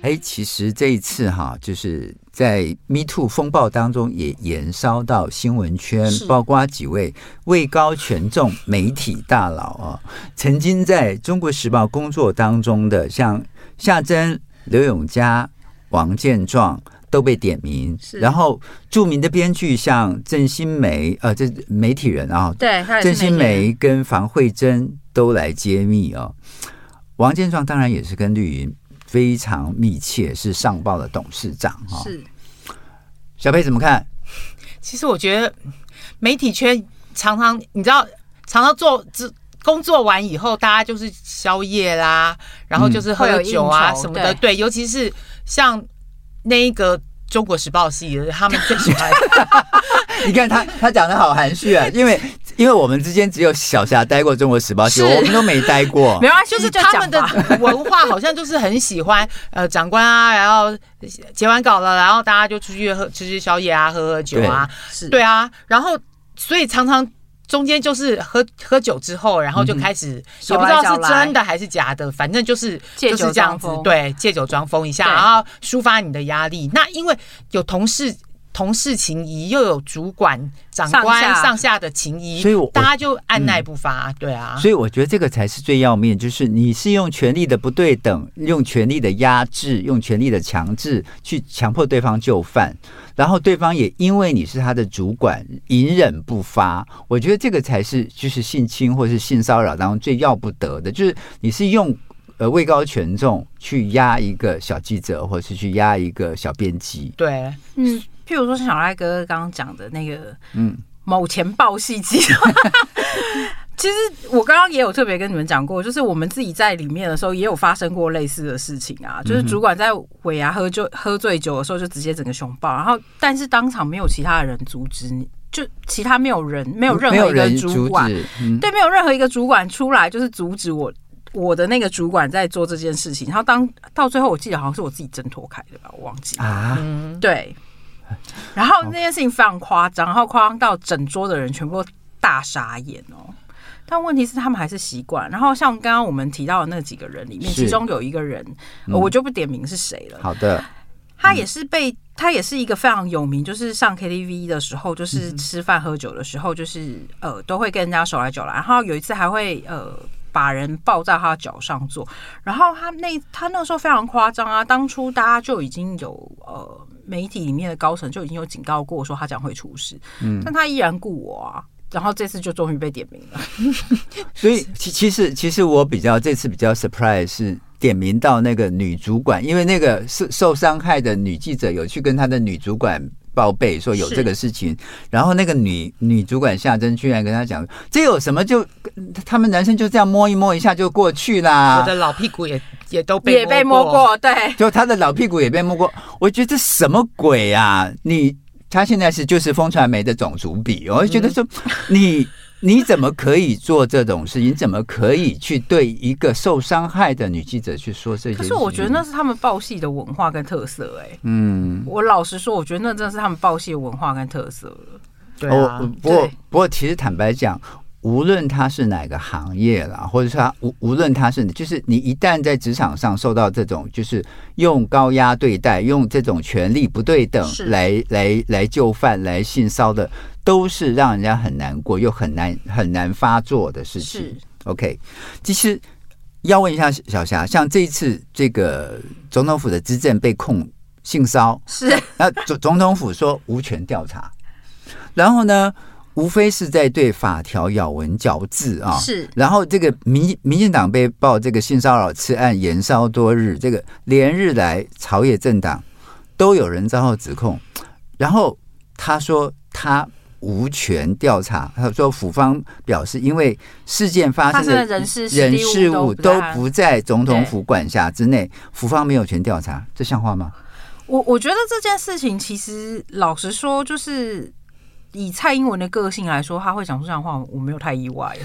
A: 哎，其实这一次哈，就是在 Me Too 风暴当中，也延烧到新闻圈，
C: 是
A: 包括几位位高权重媒体大佬啊，曾经在《中国时报》工作当中的，像夏珍、刘永嘉、王建壮。都被点名，
C: 是
A: 然后著名的编剧像郑新梅，呃，这媒体人啊，
C: 对，他也是
A: 郑新
C: 那天
A: 梅跟房慧珍都来揭秘哦。王建壮当然也是跟绿云非常密切，是上报的董事长哈、哦。
C: 是
A: 小佩怎么看？
B: 其实我觉得媒体圈常常你知道，常常做只工作完以后，大家就是宵夜啦，然后就是喝酒
C: 嗯会有
B: 啊
C: 应酬
B: 什么的。对，尤其是像那一个《中国时报》系的，他们最喜
C: (laughs)
B: 欢。
A: 你看他，他讲的好含蓄啊，因为因为我们之间只有小霞待过《中国时报》系，
C: 是
A: 我们都没待过
C: 没。关系，
B: 就是
C: 就
B: 他
C: 讲
B: 们的 (laughs)
C: 吧
B: 文化好像就是很喜欢， (laughs) 呃，长官啊，然后结完稿了，然后大家就出去喝吃吃宵夜啊，喝喝酒啊，
C: 是
B: 对啊，然后所以常常中间就是喝喝酒之后，然后
C: 嗯
B: 就开始、
C: 手
B: 也
C: 来
B: 不知道
C: 脚
B: 是
C: 来
B: 真的还是假的，反正就是
C: 借酒
B: 就是这样子
C: 装，疯
B: 对，借酒装疯一下，
C: 对
B: 然后抒发你的压力。那因为有同事。同事情谊又有主管、长官
C: 上下
B: 上下的情谊，
A: 所以我嗯
B: 大家就按耐不发，对啊。
A: 所以我觉得这个才是最要命，就是你是用权力的不对等，用权力的压制，用权力的强制去强迫对方就范，然后对方也因为你是他的主管，隐忍不发。我觉得这个才是就是性侵或是性骚扰当中最要不得的，就是你是用。呃，位高权重去压一个小记者，或是去压一个小编辑，
B: 对，
C: 嗯，譬如说像小赖哥刚刚讲的那个，
A: 嗯
C: 嗯，某钱报系机。 (laughs) 其实我刚刚也有特别跟你们讲过，就是我们自己在里面的时候也有发生过类似的事情
A: 嗯
C: 啊，就是主管在尾牙喝酒喝醉酒的时候就直接整个熊抱，然后但是当场没有其他人阻止你，就其他没有人没有任
A: 没
C: 何
A: 有
C: 一个
A: 人阻
C: 主管
A: 止，嗯，
C: 对，没有任何一个主管出来就是阻止我我的那个主管在做这件事情，然后当到最后我记得好像是我自己挣脱开的吧，我忘记了。
A: 啊，
B: 嗯，
C: 对，然后那件事情非常夸张，然后夸张到整桌的人全部都大傻眼哦。但问题是，他们还是习惯。然后像刚刚我们提到的那几个人里面，
A: 是
C: 其中有一个人，
A: 嗯
C: 呃我就不点名是谁了，
A: 好的，
C: 他也是被他也是一个非常有名，就是上 KTV 的时候，就是吃饭喝酒的时候，就是呃都会跟人家手来脚来，然后有一次还会呃。把人抱在他脚上坐，然后他那他那时候非常夸张啊！当初大家就已经有呃媒体里面的高层就已经有警告过说他将会出事，但他依然顾我啊。然后这次就终于被点名了，
A: 所以其其实其实我比较这次比较 surprise 是点名到那个女主管，因为那个受受伤害的女记者有去跟她的女主管。报备说有
C: 是
A: 这个事情，然后那个女女主管夏珍居然跟她讲，这有什么就他们男生就这样摸一摸一下就过去啦
B: 我，的老屁股也也都被
C: 也被摸
B: 过，
C: 过，对，
A: 就她的老屁股也被摸过，我觉得这什么鬼啊！你她现在是就是风传媒的总主笔，我就觉得说、
C: 嗯
A: 你你怎么可以做这种事情？你怎么可以去对一个受伤害的女记者去说这些事
C: 可
A: 情？
C: 是我觉得那是他们报系的文化跟特色、哎，
A: 嗯，
C: 我老实说，我觉得那真的是他们报系的文化跟特色了。
B: 对
A: 哦我、
B: 啊，
A: 呃不过
C: 对
A: 不过其实坦白讲。无论他是哪个行业啦，或者说他无无论他是，就是你一旦在职场上受到这种，就是用高压对待，用这种权力不对等
C: 是
A: 来来来就范、来性骚的，都是让人家很难过又很难很难发作的事情
C: 是。
A: OK，其实要问一下小霞，像这一次这个总统府的资政被控性骚，
C: 是，
A: 那总总统府说无权调查，然后呢，无非是在对法条咬文嚼字啊。
C: 是
A: 然后这个民民进党被曝这个性骚扰此案延烧多日，这个连日来朝野政党都有人遭到指控，然后他说他无权调查，他说府方表示因为事件发生的
C: 发生的人事
A: 人事物
C: 都不在
A: 都不在总统府管辖之内，府方没有权调查，这像话吗？
C: 我我觉得这件事情其实老实说，就是以蔡英文的个性来说，他会讲出这样的话，我没有太意外。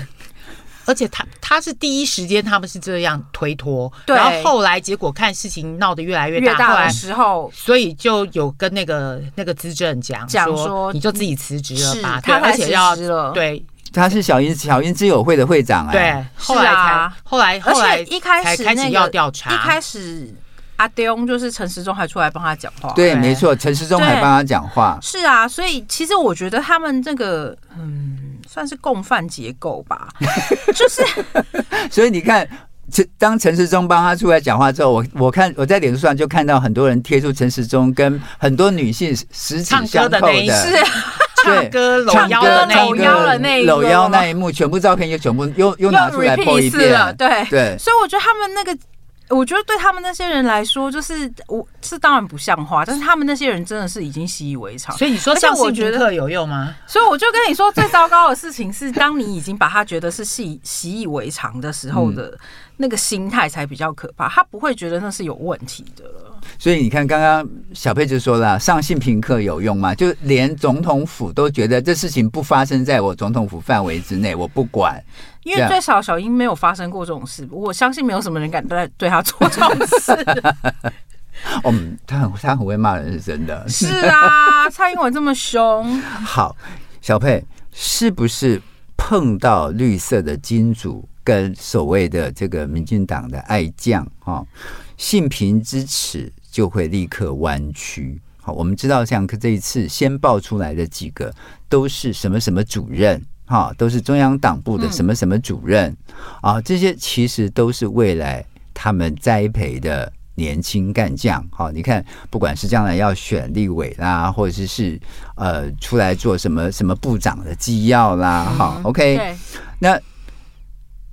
B: 而且他他是第一时间他们是这样推脱，
C: 对
B: 然后后来结果看事情闹得越来越
C: 越
B: 大，后
C: 大
B: 来
C: 的时候，
B: 所以就有跟那个那个资政讲
C: 讲
B: 说，
C: 说
B: 你就自己辞职了
C: 是
B: 吧，
C: 他
B: 对而
C: 才
B: 且
C: 辞
B: 要
C: 职了
B: 对
A: 他是小英小英之友会的会长哎、
B: 对，后来才后来
C: 啊而
B: 后来
C: 且一开
B: 才
C: 始
B: 开
C: 那
B: 始
C: 个
B: 要调查，
C: 一开始阿东就是陈时中还出来帮他讲话，
A: 对，
B: 对
A: 没错，陈时中还帮他讲话，
C: 是啊，所以其实我觉得他们这个嗯，算是共犯结构吧，
A: 哎
C: 就是
A: 所以你看。陈当陈时中帮他出来讲话之后，我我看我在脸书上就看到很多人贴出陈时中跟很多女性十指
B: 唱
A: 相
B: 歌的
A: 扣
B: 那一
A: 的，
C: 是啊
A: 对
B: 唱歌搂
A: 唱
B: 腰
A: 歌
B: 的那
A: 唱
B: 一
A: 歌
C: 搂腰的那一个
A: 搂腰那一幕，全部照片又全部又又拿出来播一
C: repeat 了，
A: 遍，
C: 对。
A: 对，
C: 所以我觉得他们那个，我觉得对他们那些人来说，就是我是当然不像话，但是他们那些人真的是已经习以为常。
B: 所以你说
C: 而且
B: 上
C: 我
B: 性
C: 觉
B: 平
C: 得
B: 课有用吗？
C: 所以我就跟你说，最糟糕的事情是，当你已经把他觉得是习习以为常的时候
B: 嗯
C: 的那个心态才比较可怕，他不会觉得那是有问题的了。
A: 所以你看，刚刚小佩就说了，上性平课有用吗？就连总统府都觉得这事情不发生在我总统府范围之内，我不管。
C: 因
A: 对啊
C: 为最少小英没有发生过这种事，我相信没有什么人敢对对他做这种
B: (laughs)
C: 事。
A: 嗯，他很他很会骂人，是真的。
C: 是啊，蔡英文这么凶，
A: 好，小佩是不是碰到绿色的金主跟所谓的这个民进党的爱将哈、哦，性平之耻就会立刻弯曲。好，我们知道像这一次先爆出来的几个都是什么什么主任。哈，都是中央党部的什么什么主任、啊，这些其实都是未来他们栽培的年轻干将。好、你看，不管是将来要选立委啦，或者是是呃出来做什么什么部长的纪要啦，哈、o
B: 哎
A: k
C: 对，
A: 那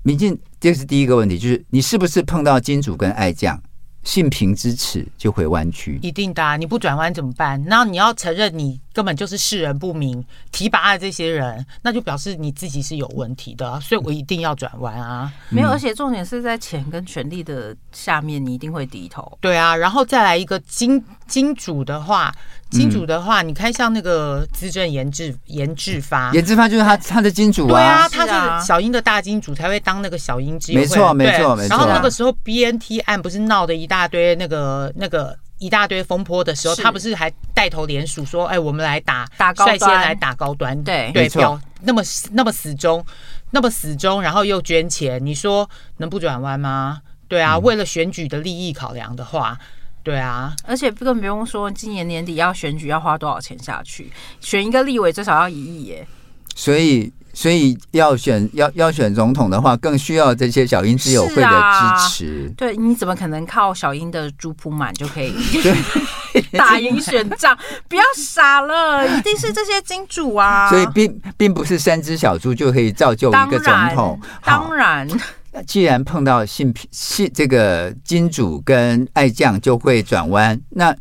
A: 民进这是第一个问题，就是你是不是碰到金主跟爱将，性平之耻就会弯曲？
B: 一定的、啊，你不转弯怎么办？那你要承认你根本就是世人不明、提拔的这些人，那就表示你自己是有问题的啊、所以我一定要转弯啊！
C: 没有，而且重点是在钱跟权力的下面，你一定会低头。
B: 对啊，然后再来一个金金主的话，金主的话，你看像那个资政研制研制发。
A: 严志发就是他他的金主
B: 对啊，
C: 是
B: 他
C: 啊
B: 是小英的大金主，才会当那个小英之友会
A: 没错没错
B: 对
A: 没错
B: 然后那个时候 BNT 案不是闹的一大堆那个那个一大堆风波的时候，
C: 是
B: 他不是还带头联署说，哎，我们来打
C: 打高
B: 率
C: 端
B: 先来打高端，
C: 对
B: 对，
A: 没错
B: 表那么那么死忠，那么死忠，然后又捐钱，你说能不转弯吗？对
A: 嗯
B: 啊，为了选举的利益考量的话，对啊，
C: 而且更不用说今年年底要选举，要花多少钱下去？选一个立委最少要一亿耶！
A: 所以所以要选要要选总统的话，更需要这些小英之友会的
C: 是啊
A: 支持。
C: 对，你怎么可能靠小英的猪铺满就可以 (laughs)
A: (laughs)
C: 打赢选仗？不要傻了，一定是这些金主啊！
A: 所以并并不是三只小猪就可以造就一
C: 当
A: 个总统
C: 然。，
A: 好
C: 当，然，
A: 那既然碰到性平性这个金主跟爱将就会转弯，那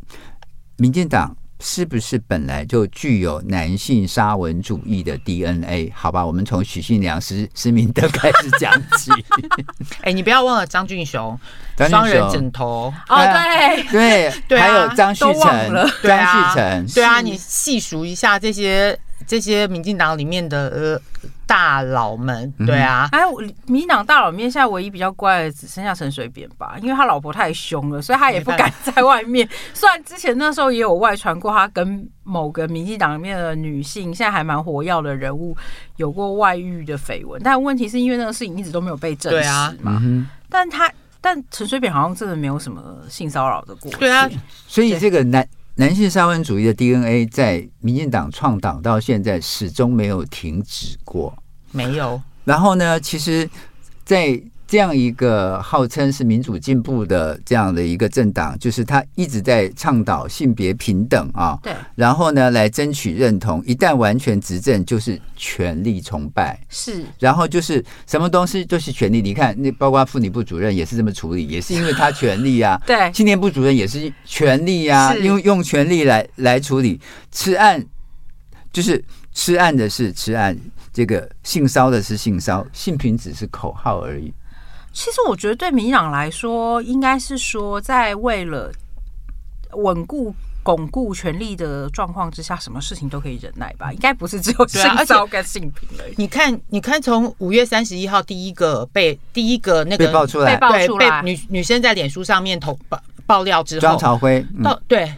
A: 民进党是不是本来就具有男性沙文主义的 DNA？好吧，我们从许信良、施施明德开始讲
B: (laughs)
A: 起。
B: 哎，你不要忘了张俊雄
A: 张俊雄
B: 双人枕头，
C: 哦
A: 哎
C: 对，
A: 对，
B: 对啊
A: 还有张旭
C: 都忘
A: 成
C: 了，
B: 对
A: 张
B: 啊
A: 旭成，
B: 对啊，你细数一下这些这些民进党里面的呃大佬们，
A: 嗯
B: 对啊，
C: (laughs) 哎，我民进党大佬里面现在唯一比较乖的只剩下陈水扁吧，因为他老婆太凶了，所以他也不敢在外面。虽然之前那时候也有外传过他跟某个民进党里面的女性，现在还蛮活跃的人物有过外遇的绯闻，但问题是因为那个事情一直都没有被证
B: 对
C: 实
B: 啊
C: 嘛。
A: 嗯
C: 但他但陈水扁好像真的没有什么性骚扰的过
B: 对啊，
A: 所以这个男男性沙文主义的 DNA 在民进党创党到现在始终没有停止过。
B: 没有，
A: 然后呢，其实，在这样一个号称是民主进步的这样的一个政党，就是他一直在倡导性别平等啊，
C: 对，
A: 然后呢来争取认同。一旦完全执政，就是权力崇拜。
C: 是
A: 然后就是什么东西都是权力，你看那包括妇女部主任也是这么处理，也是因为他权力啊，
B: 哎
C: 对
A: 青年部主任也是权力啊，
C: 是
A: 用用权力来来处理吃案，就是吃案的是吃案，这个性骚的是性骚，性平只是口号而已。
C: 其实我觉得对民进党来说，应该是说在为了稳固巩固权力的状况之下，什么事情都可以忍耐吧？应该不是只有
B: 嗯
C: 性
B: 对啊而且
C: 骚跟性平而已。
B: 你看，你看，从五月三十一号第一个被第一个那个
A: 被爆出来
C: 被爆
B: 对
C: 出
B: 被
C: 来
B: 女女生在脸书上面投爆爆料之
A: 庄
B: 后，
A: 朝辉，嗯
B: 到对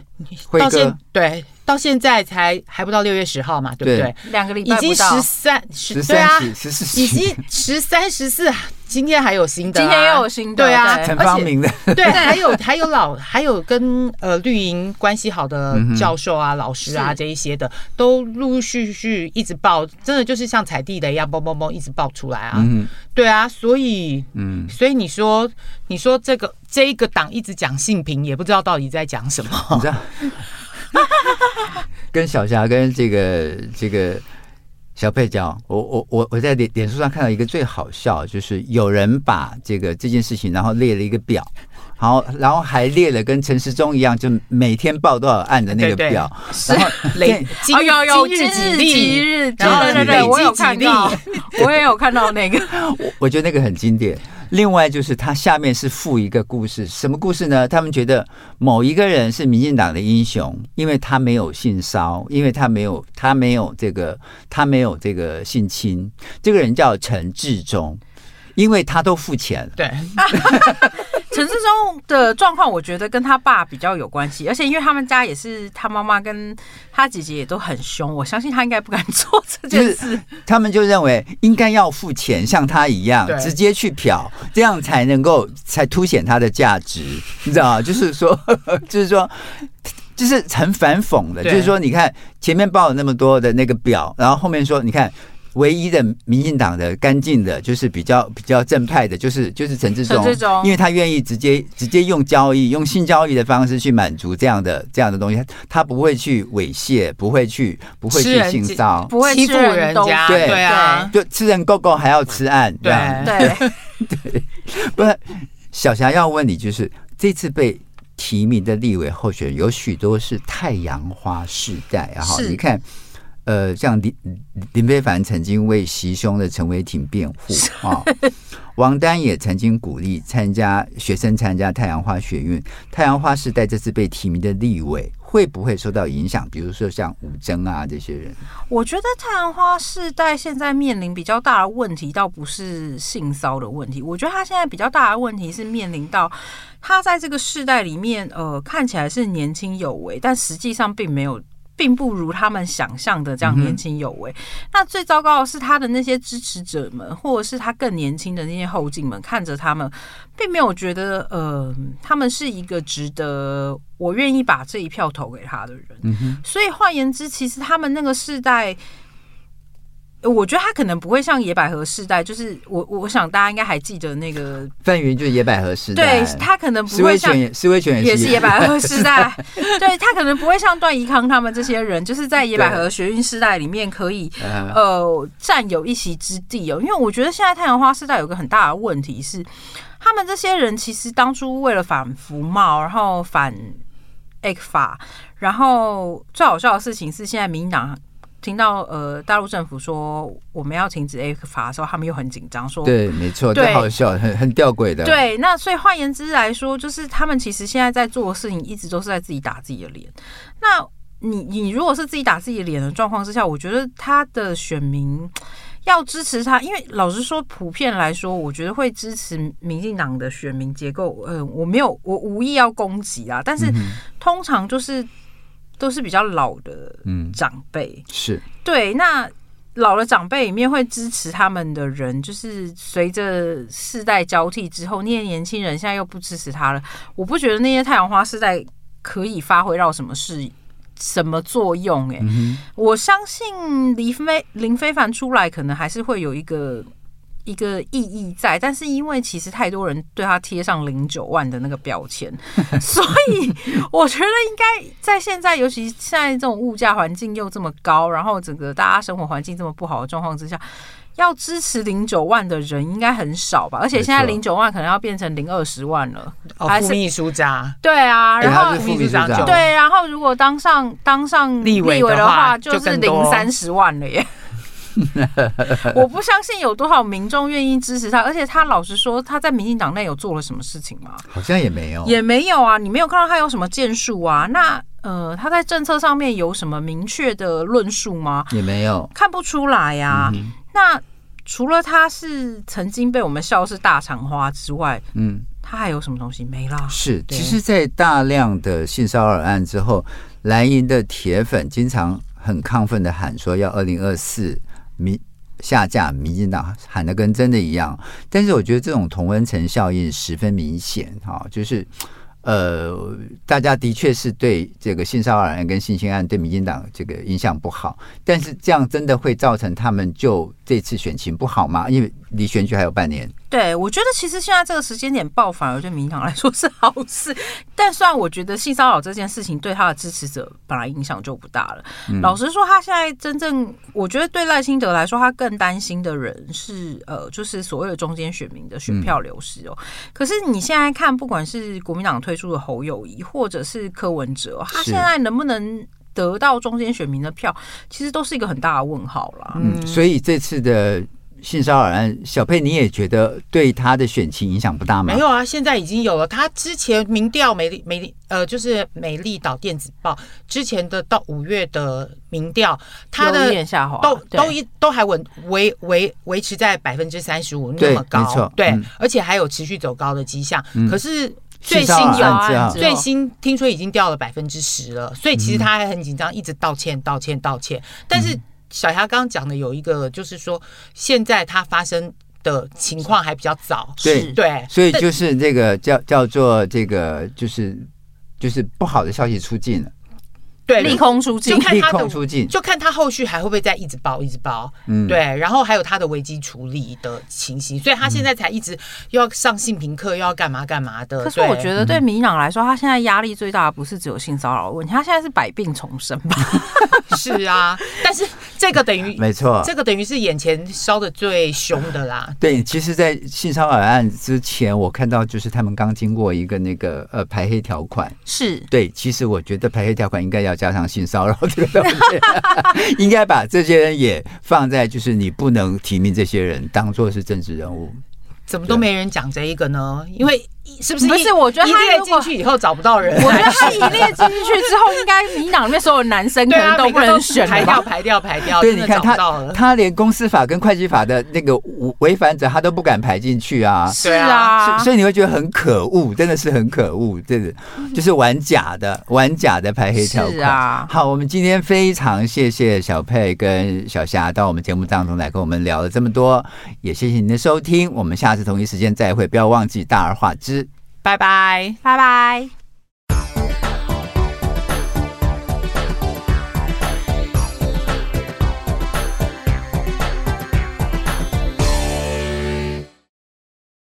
A: 辉
B: 到
A: 哥
B: 现对到现在才还不到六月十号嘛，对不对
A: 对？
C: 两个礼
B: 已
C: 拜
B: 经
C: 不
B: 十
C: 到，
B: 三
A: 十
B: 十对啊
A: 三，十十四，
B: 已经十三十四，今天还有新的啊、
C: 今天又有新的
B: 对啊，
C: 对
A: 陈
B: 而
A: 方
B: 且
A: 明的 (laughs)
B: 对，还有还有老，还有跟呃绿营关系好的教授啊、老师
A: 嗯
B: 啊
C: 是
B: 这一些的，都陆陆续续一直爆，真的就是像踩地雷一样，嘣嘣嘣一直爆出来啊。
A: 嗯
B: 对啊，所以
A: 嗯，
B: 所以你说你说这个这一个党一直讲性平，也不知道到底在讲什
A: (laughs) 你
B: 么。
A: 知道，跟小霞跟这个这个小佩讲，我我我我在脸脸书上看到一个最好笑，就是有人把这个这件事情，然后列了一个表。然后，然后还列了跟陈时中一样，就每天报多少案的那个
B: 对对
A: 表，
B: 是
A: 然后
B: 累今
C: 哦，有有
B: 今日
C: 几
B: 几
C: 日几
B: 例，
C: 日，
B: 然
A: 后
C: 对对
A: 累
C: 对，
A: 积
C: 我有
B: 几
C: 看
B: 例
C: 到， (laughs) 我也有看到那个，
A: 我我觉得那个很经典。另外就是它下面是附一个故事，什么故事呢？他们觉得某一个人是民进党的英雄，因为他没有性骚，因为他没有他没有这个他没有这个性侵。这个人叫陈志忠，因为他都付钱了。
B: 对
C: 陈志忠的状况，我觉得跟他爸比较有关系，而且因为他们家也是他妈妈跟他姐姐也都很凶，我相信他应该不敢做 (laughs) 这件
A: 就是
C: 事。
A: 他们就认为应该要付钱，像他一样
B: 对
A: 直接去嫖，这样才能够才凸显他的价值，你知道吗？就是说， (laughs) 就是说。就是很反讽的，就
B: 对
A: 是说，你看前面报了那么多的那个表，然后后面说，你看唯一的民进党的干净的，就是比较比较正派的，就是就是陈志忠，
C: 陈志忠
A: 因为他愿意直接直接用交易，用性交易的方式去满足这样的这样的东西，他他不会去猥亵，不会去不会
B: 吃
A: 去
B: 人
A: 性
B: 这
A: 骚扰，
C: 不会
B: 欺
C: 吃
B: 负
C: 人
B: 人
C: 都
B: 家，
A: 对
B: 对啊，
A: 就吃人够够还要吃案，这
B: 对
A: 样
C: 对，
A: 不是小霞要问你，就是这次被提名的立委候选人有许多是太阳花世代啊，哈
C: 是
A: 你看。呃，像林林非凡曾经为袭胸的陈伟霆辩
C: (laughs)
A: 护啊、王丹也曾经鼓励参加学生参加太阳花学运。太阳花世代这次被提名的立委会不会受到影响？比如说像吴征啊这些人，
C: 我觉得太阳花世代现在面临比较大的问题，倒不是性骚的问题，我觉得他现在比较大的问题是面临到他在这个世代里面，呃，看起来是年轻有为，但实际上并没有。并不如他们想象的这样年轻有为。那最糟糕的是，他的那些支持者们，或者是他更年轻的那些后进们，看着他们，并没有觉得，呃，他们是一个值得我愿意把这一票投给他的人。所以换言之，其实他们那个世代。呃我觉得他可能不会像野百合世代，就是我我想大家应该还记得那个，
A: 范云就是野百合世代，
C: 对他可能
A: 思
C: 不
A: 维
C: 会像
A: 权也思维权
C: 也
A: 也
C: 是野百合时 (laughs) 代，对他可能不会像段宜康他们这些人，就是在野百合学运时代里面可以
A: 呃
C: 呃占有一席之地哦。因为我觉得现在太阳花时代有个很大的问题是，他们这些人其实当初为了反服贸，然后反 A 法，然后最好笑的事情是，现在民进党听到呃大陆政府说我们要停止 A 法的时候，他们又很紧张，说
A: 对，没错，
C: 对
A: 这好笑，很很吊诡的。，
C: 对，那所以换言之来说，就是他们其实现在在做的事情，一直都是在自己打自己的脸。那你你如果是自己打自己的脸的状况之下，我觉得他的选民要支持他，因为老实说，普遍来说，我觉得会支持民进党的选民结构。嗯、我没有，我无意要攻击啊，但是通常就是都是比较老的
A: 嗯，
C: 长辈，
A: 是
C: 对，那老的长辈里面会支持他们的人，就是随着世代交替之后，那些年轻人现在又不支持他了。我不觉得那些太阳花世代可以发挥到什么事。什么作用、欸？哎、
A: 嗯
C: 我相信林非林非凡出来，可能还是会有一个一个意义在，但是因为其实太多人对他贴上零九万的那个
A: (laughs)
C: 标签，所以我觉得应该在现在，尤其现在这种物价环境又这么高，然后整个大家生活环境这么不好的状况之下，要支持零九万的人应该很少吧？而且现在
A: 没
C: 零九万可能要变成零二十万了，
B: 哦，
C: 还
B: 副
C: 是
B: 秘书长，
C: 对啊，
A: 哎
C: 然后、
A: 他是副秘书
B: 秘书
A: 长，
B: 长
C: 对，，然后如果当上当上
B: 立委的
C: 的
B: 话
C: 就
B: 就是更
C: 零
B: 多
C: 三十万
B: (laughs)
C: 了耶。我不相信有多少民众愿意支持他，而且他老实说，他在民进党内有做了什么事情吗？
A: 好像也没有，
C: 也没有啊，你没有看到他有什么建树啊。那呃，他在政策上面有什么明确的论述吗？
A: 也没有，
C: 看不出来呀、
B: 嗯
C: 那除了他是曾经被我们笑是大肠花之外，
A: 嗯，
C: 他还有什么东西没啦？
A: 是。
C: 啊对
A: 其实，在大量的性骚扰案之后，蓝营的铁粉经常很亢奋的喊说要二零二四民下架民进党，喊的跟真的一样。但是我觉得这种同温层效应十分明显哈、就是。呃，大家的确是对这个性骚扰案跟性侵案对民进党这个印象不好，但是这样真的会造成他们就这次选情不好吗？因为离选举还有半年，
C: 对，我觉得其实现在这个时间点爆，反而对民进党来说是好事。但虽然我觉得性骚扰这件事情对他的支持者本来影响就不大了，
A: 嗯
C: 老实说，他现在真正我觉得对赖清德来说，他更担心的人是呃，就是所谓的中间选民的选
A: 嗯
C: 票流失哦。可是你现在看，不管是国民党推出的侯友谊，或者是柯文哲哦，他
A: 是
C: 现在能不能？得到中间选民的票，其实都是一个很大的问号啦。
A: 嗯，所以这次的性骚扰案，小佩你也觉得对他的选情影响不大吗？
B: 没有啊，现在已经有了。他之前民调美丽美丽呃，就是美丽岛电子报之前的到五月的民调，他
C: 有
B: 的
C: 点下滑，
A: 啊
B: 都
C: 对
B: 都一都还稳维维维持在百分之三十五那么
A: 对没
B: 高
A: 错，
B: 对，
A: 嗯
B: 而且还有持续走高的迹象。可是最
A: 性
B: 新
A: 骚扰
B: 有啊
A: 案之后
C: 最
B: 最新听说已经掉了百分之十了，所以其实他还很紧张，一直道歉、道歉、道歉。但
A: 嗯
B: 是小霞刚刚讲的有一个，就是说现在他发生的情况还比较早，
A: 对
C: 是
B: 对，
A: 所以
B: 但
A: 就是这个叫叫做这个就是就是不好的消息出尽了，
B: 对
C: 利空出尽
B: 就，看
A: 利
B: 他的
A: 空出尽。
B: 就看他后续还会不会再一直爆一直爆，
A: 嗯
B: 对，然后还有他的危机处理的情形，所以他现在才一直又要上性平课，又要干嘛干嘛的。
C: 可是我
B: 得
C: 觉得对民进党来说，他现在压力最大的不是只有性骚扰的问题，他现在是百病丛生吧？
B: 是
C: (laughs)
B: 啊，但是这个等于
A: 没错，
B: 这个等于是眼前烧的最凶的啦。
A: 对，其实，在性骚扰案之前，我看到就是他们刚经过一个那个呃排黑条款。
C: 是
A: 对，其实我觉得排黑条款应该要加上性骚扰这个东西， (laughs) 应该把这些人也放在就是你不能提名这些人当做是政治人物。
B: 怎么都没人讲这一个呢？因为是不是一
C: 不是我觉得
B: 一
C: 他
B: 列
C: 如
B: 进
C: 果
B: 去以后找不到人
C: 我觉
B: 来
C: 得他一列进去之后，应该民进党里面所有男生可
B: 对啊，
C: 能都
B: 每
C: 不
B: 个
C: 能选
B: 排
C: 了
B: 掉
C: 吧？
B: 排掉排掉，
A: 对，
B: 哦真
A: 你
B: 的
A: 看
B: 找
A: 他
B: 不到了。
A: 他连公司法跟会计法的那个违违反者，他都不敢排进去啊。
C: 是
B: 对啊
C: 啊，
A: 所以你会觉得很可恶，真的是很可恶，这个就是玩假的，玩假的排黑条款。
C: 嗯是啊
A: 好，我们今天非常谢谢小佩跟小霞到我们节目当中来跟我们聊了这么多，也谢谢您的收听，我们下次同一时间再会，不要忘记大而化之。
B: 拜拜。
C: 拜拜。